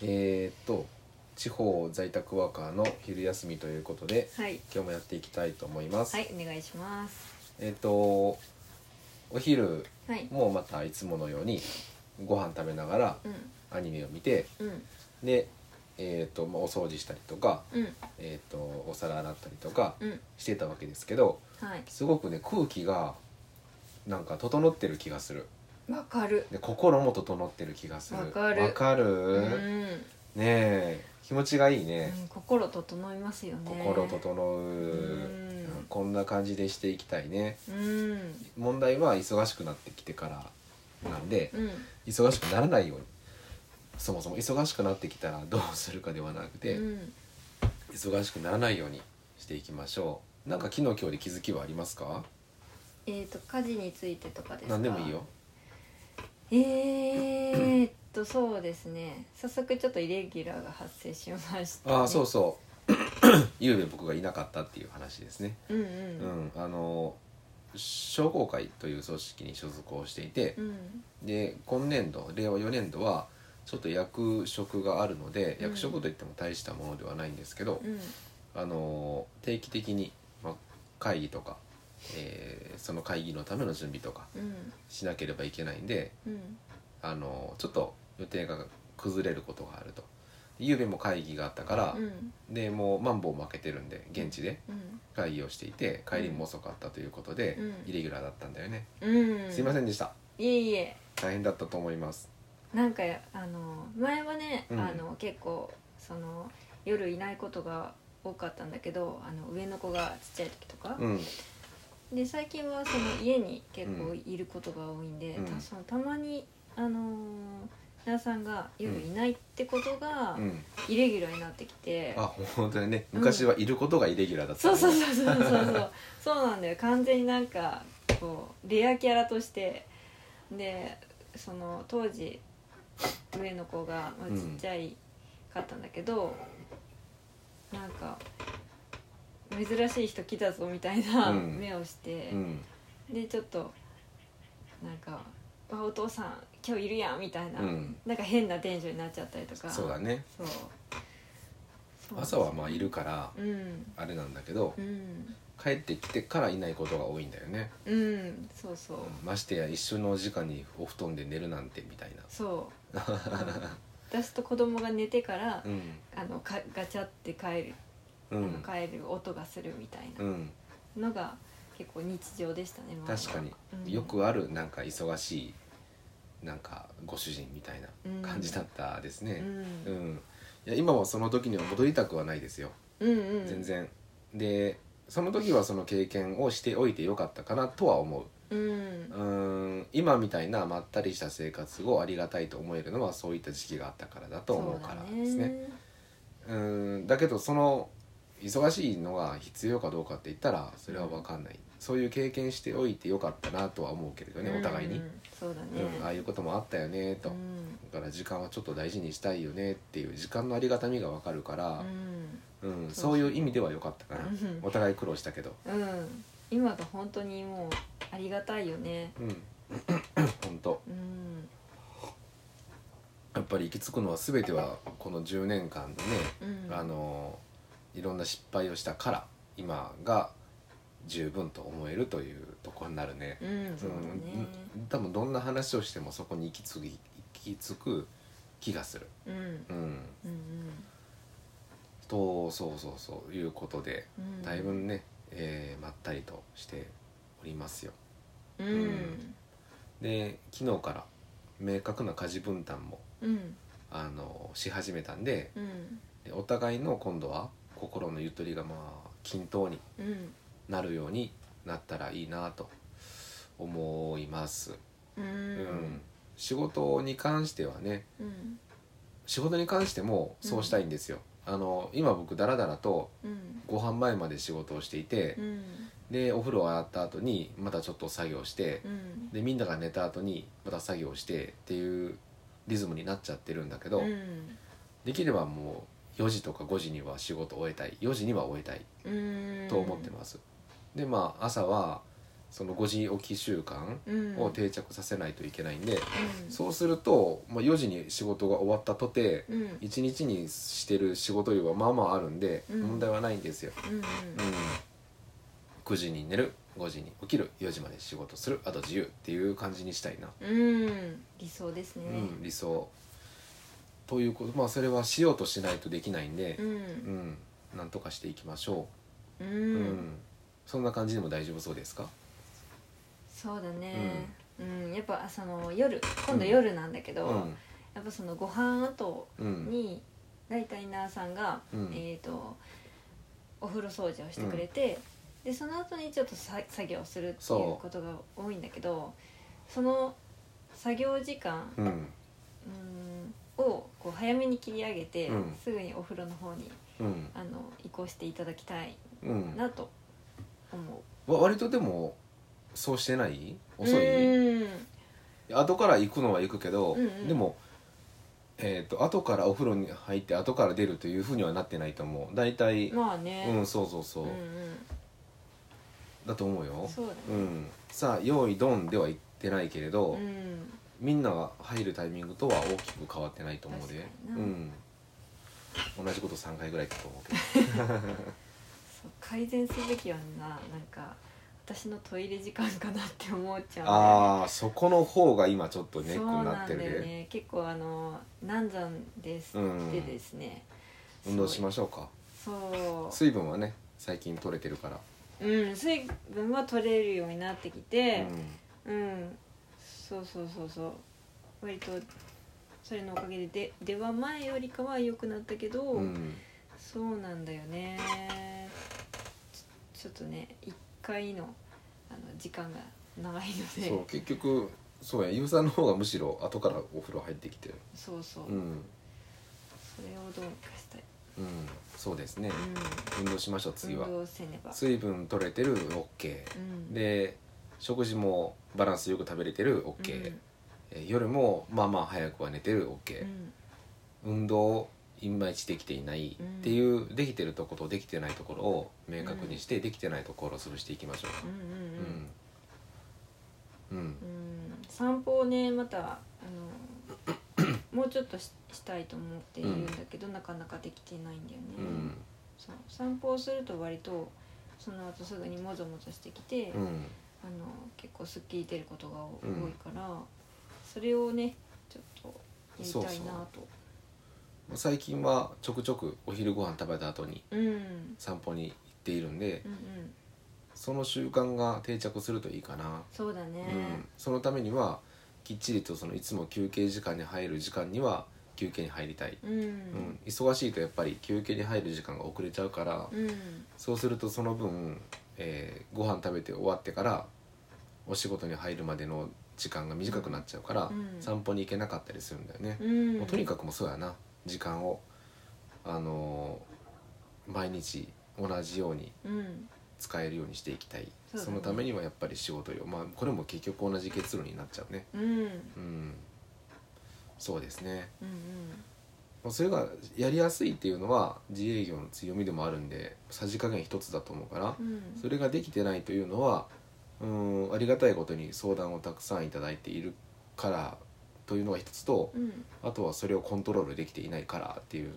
えーっと地方在宅ワーカーの昼休みということではい今日もやっていきたいと思います、はいお願いしますえーっとお昼はいもまたいつものようにご飯食べながらうんアニメを見てうんでえーっとまあお掃除したりとか、うんえーっとお皿洗ったりとかうんしてたわけですけどはいすごくね空気がなんか整ってる気がするわかるで心も整ってる気がするわかるわかるうん、ねえ気持ちがいいうね、ん、心整いますよね心整う、うんこんな感じでしていきたいねうん問題は忙しくなってきてからなんでうん忙しくならないようにそもそも忙しくなってきたらどうするかではなくて、うん忙しくならないようにしていきましょうなんか昨日今日で気づきはありますかえっ、と家事についてとかですか何でもいいよえー、っとそうですね早速ちょっとイレギュラーが発生しました、ね、ああそうそう ゆうべ僕がいなかったっていう話ですねうんううんんあの商工会という組織に所属をしていて、うんで今年度令和4年度はちょっと役職があるので、うん役職といっても大したものではないんですけど、うんあの定期的に、ま、会議とか、えーその会議のための準備とかうんしなければいけないんで、うんあのちょっと予定が崩れることがあると。ゆうべも会議があったからう、んでもうマンボウ負けてるんで現地でうん会議をしていて帰りも遅かったということで、うんイレギュラーだったんだよね、うんすいませんんでしたいえいえ大変だったと思いますなんかあの前はね、うんあの結構その夜いないことが多かったんだけどあの上の子がちっちゃい時とか、うんで最近はその家に結う構んいることが多いんで、うんたそのたまにあのー旦那さんが夜いないってことがうんイレギュラーになってきて、あ本当にねうん昔はいることがイレギュラーだったそね、うそうそうそうそうそうそうなんだよ完全になんかこうレアキャラとしてでその当時上の子が、まあ、うちんっちゃいかったんだけど、なんか珍しい人来たぞみたいなうん目をして、ん、でちょっとなんかあ「お父さん今日いるやん」みたいな、うんなんか変なテンションになっちゃったりとかそうだねそうそう朝はまあいるからうんあれなんだけどうん帰ってきてからいないことが多いんだよね、うんそうそううんましてや一緒の時間にお布団で寝るなんてみたいなそう、うん私と子供が寝てから、うんあのかガチャって帰る、うあのん、帰る音がするみたいうん、なのが結構日常でしたね前は確かにうんよくあるなんか忙しいなんかご主人みたいな感じだったですうねんうん、いや今はその時には戻りたくはないですようんうん全然でその時はその経験をしておいてよかったかなとは思ううんうーん今みたいなまったりした生活をありがたいと思えるのはそういった時期があったからだと思うからですねうーんだけどその忙しいのが必要かどうかって言ったらそれは分かんない、そういう経験しておいてよかったなとは思うけれどそうだねねお互いに、ううんんそうだね、ああいうこともあったよねと、うんだから時間はちょっと大事にしたいよねっていう時間のありがたみが分かるから、うんそういう意味では良かったかな、うんお互い苦労したけどうん、うん、今が本当にもうありがたいよね うん本当うんやっぱり行き着くのは全てはこの10年間でね、うんあのいろんな失敗をしたから今が十分と思えるというところになるね。うんそうだね、うん多分どんな話をしてもそこに行き着く行き着く気がする。うん、うんうん、うんとそうそうそういうことでうんだいぶね、えーまったりとしておりますよ。うんんで昨日から明確な家事分担もうんあのし始めたんでうんでお互いの今度は心のゆとりがまあ均等にうんなるようになったらいいなと思います、ううんん仕事に関してはねうん仕事に関してもそうしたいんですよ、あの今僕ダラダラとうんご飯前まで仕事をしていて、うんでお風呂を洗った後にまたちょっと作業して、うんでみんなが寝た後にまた作業してっていうリズムになっちゃってるんだけど、うんできればもう4時とか5時には仕事を終えたい4時には終えたいうんと思ってます、でまあ朝はその5時起き習慣うんを定着させないといけないんで、うんそうすると、まあ、4時に仕事が終わったとてうんうん1日にしてる仕事量はまあまああるんでうん問題はないんですよ、うんうん、9時に寝る5時に起きる4時まで仕事するあと自由っていう感じにしたいな、うん理想ですうねん、理想ということまあそれはしようとしないとできないんでう、うんん、なんとかしていきましょうう、ん、そんな感じでも大丈夫そうですかそうだねうん、やっぱその夜今度夜なんだけうど、んやっぱそのご飯後うんに大体なーさんが、うんえー、とお風呂掃除をしてくれて、でその後にちょっとさ作業するっていうそうことが多いんだけどその作業時間、うんうんをこう早めに切り上げて、うんすぐにお風呂の方にうんあの移行していただきたいうんなと思わ割とでもそうしてないう遅いうん後から行くのは行くけど、うんうんでもえっ、と後からお風呂に入って後から出るというふうにはなってないと思う大体、まあね、うんそうそうそう、うんうだと思うよん、そうだねうん、さあ用意ドンでは言ってないけれど、うんみんなが入るタイミングとは大きく変わってないと思うで確、かうにん、同じこと3回ぐらいだと思うけどそう改善すべきはななんか私のトイレ時間かなって思っちゃうんだよねああそこの方が今ちょっとネッそクうにななっんてだるでよね結構あの難産です、うんでですね運動しまましょうかそ水分はね最近取れてるから、ううん水分は取れるようになってきてううん、そうそうそうそう割とそれのおかげでで出は前よりかは良くなったけど、んうん、そうなんだよねちょちょっとね一回のあの時間が長いのでそう結局そうやユーザーの方がむしろ後からお風呂入ってきてるそうそう、うんそれをどうにかしたい、うんそうですねう、運動しましょうん次は運動せねば水分取れてる OK うんで食事もバランスよく食べれてる OK、えー夜もまあまあ早くは寝てる OK う、ん運動いまいちできていないっていう、できてるとことできてないところを明確にして、できてないところを潰していきましょうんううん、うんうんうん、うん、散歩をねまたあのもうちょっとししたいと思っているんだけど、なかなかできてないんだよね、うんそう散歩をすると割とその後すぐにもぞもぞしてきて、うんあの結構すっきり出ることが多うん多いから、それをねちょっとやりたいなと最近はちょくちょくお昼ご飯食べた後にうんうん散歩に行っているんで、うんその習慣が定着するといいかな、そうだね、うん、そのためにはきっちりとそのいつも休憩時間に入る時間には休憩に入りたい、うんうん、忙しいとやっぱり休憩に入る時間が遅れちゃうから、うんそうするとその分、えーご飯食べて終わってからお仕事に入るまでの時間が短くなっちゃうから、うん散歩に行けなかったりするんだよね、うんもうとにかくもうそうやな時間をあのー毎日同じようにうん使えるようにしていきたいそそ,、うだねのためにはやっぱり仕事量まあこれも結局同じ結論になっちゃうねうんうんうんそうですねうんまあそれがやりやすいっていうのは自営業の強みでもあるんでさじ加減一つだと思うからう、んそれができてないというのはうーんありがたいことに相談をたくさんいただいているからというのが一つとうんあとはそれをコントロールできていないからっていう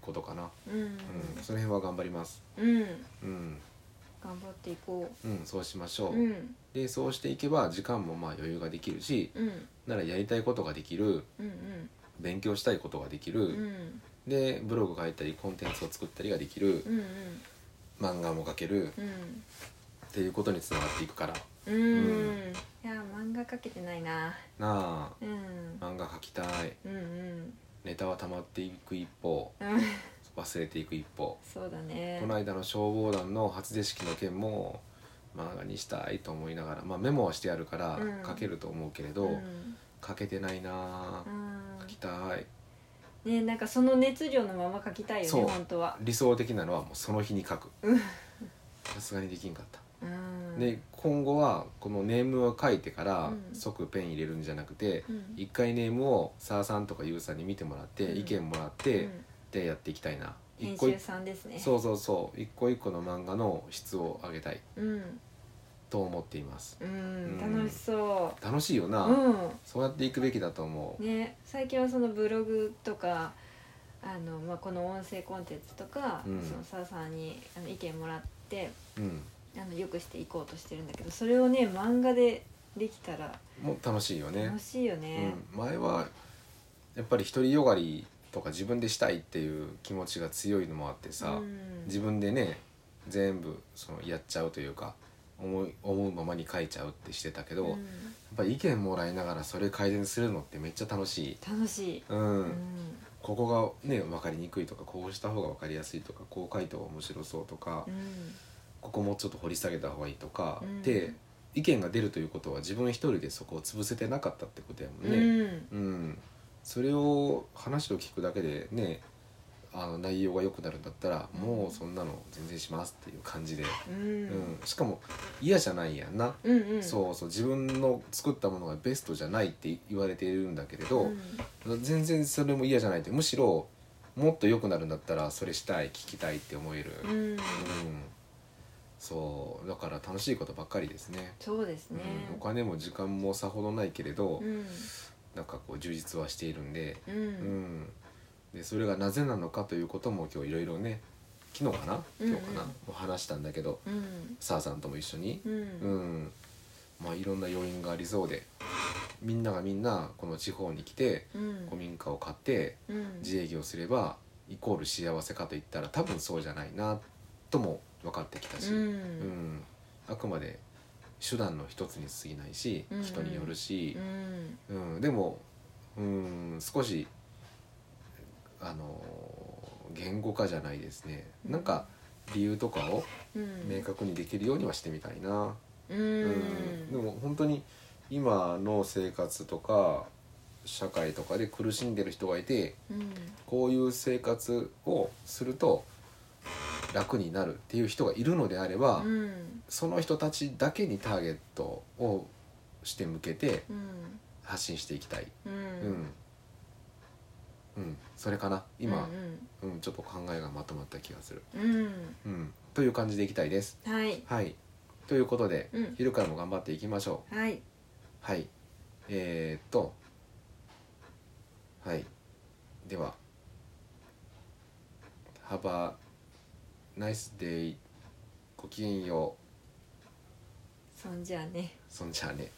ことかな、うんうん、その辺は頑張りますうんうん、頑張っていこうん、そうしましょうう、うんでそうしていけば時間もまあ余裕ができるしうんならやりたいことができるうんうん勉強したいことができる、うんでブログ書いたりコンテンツを作ったりができるうんうん漫画も描けるうんっていうことにつながっていくからうんいや漫画描けてないななうんあ漫画描きたいうんうんネタは溜まっていく一方うん忘れていく一方そうだねこの間の消防団の初出式の件も漫画にしたいと思いながら、まあ、メモはしてあるからうん書けると思うけれど、うん書けてないなうぁん書きたいねなんかその熱量のまま描きたいよそねう本当は理想的なのはもうその日に書くさすがにできんかった、うんで今後はこのネームを書いてからうん即ペン入れるんじゃなくて、うん一回ネームをさあさんとかゆうさんに見てもらって、うん意見もらっうて、んでやっていきたいな一編個一集さんですねそうそうそう一個一個の漫画の質を上げたいうんと思っていますうんうん楽しそ楽しいよな、ううんそうやっていくべきだと思う、ね最近はそのブログとかあの、まあ、この音声コンテンツとか、うんその澤さんにあの意見もらってうん、あのよくしていこうとしてるんだけどそれをね漫画でできたらもう楽しいよね楽しいよね。うん、前はやっぱり独りよがりとか自分でしたいっていう気持ちが強いのもあってさ、うん自分でね全部そのやっちゃうというか思い思うままに書いちゃうってしてたけど、うやっんぱり意見もらいながらそれ改善するのってめっちゃ楽しい。楽しい、うんうんここがね分かりにくいとかこうした方が分かりやすいとかこう書いた方が面白そうとか、うんここもうちょっと掘り下げた方がいいとか、うんで意見が出るということは自分一人でそこを潰せてなかったってことやもんね。うんうん、それを話を聞くだけでねあの内容が良くなるんだったらもうそんなの全然しますっていう感じで、ううんんしかも嫌じゃないやんな、うんうんそうそう自分の作ったものがベストじゃないって言われているんだけれど、全然それも嫌じゃないってむしろもっと良くなるんだったらそれしたい聞きたいって思える、うん、うんうん、そうだから楽しいことばっかりですね。そうですね、うん、お金も時間もさほどないけれど、うんなんかこう充実はしているんで、ううんん、でそれがなぜなのかということも今日いろいろね昨日かなうん今日かな、うんもう話したんだけどうん澤さんとも一緒に、ううんんまあ、いろんな要因がありそうでみんながみんなこの地方に来てうん古民家を買ってうん自営業すればイコール幸せかといったら多分そうじゃないなとも分かってきたし、ううんんあくまで手段の一つに過ぎないしうんうん人によるし。うんうん、でもうん少しあの言語化じゃないですねうんなんか理由とかをうん明確にできるようにはしてみたいな、ううんでも本当に今の生活とか社会とかで苦しんでる人がいてうんこういう生活をすると楽になるっていう人がいるのであれば、うんその人たちだけにターゲットをして向けてうん発信していきたいうんうん、うん、それかな今う、うんんちょっと考えがまとまった気がする、うんうん、という感じでいきたいですうんはいはいということで、うん昼からも頑張っていきましょうはいはいえー、っとはいでは Have a nice day ごきげんようそんじゃあねそんじゃあね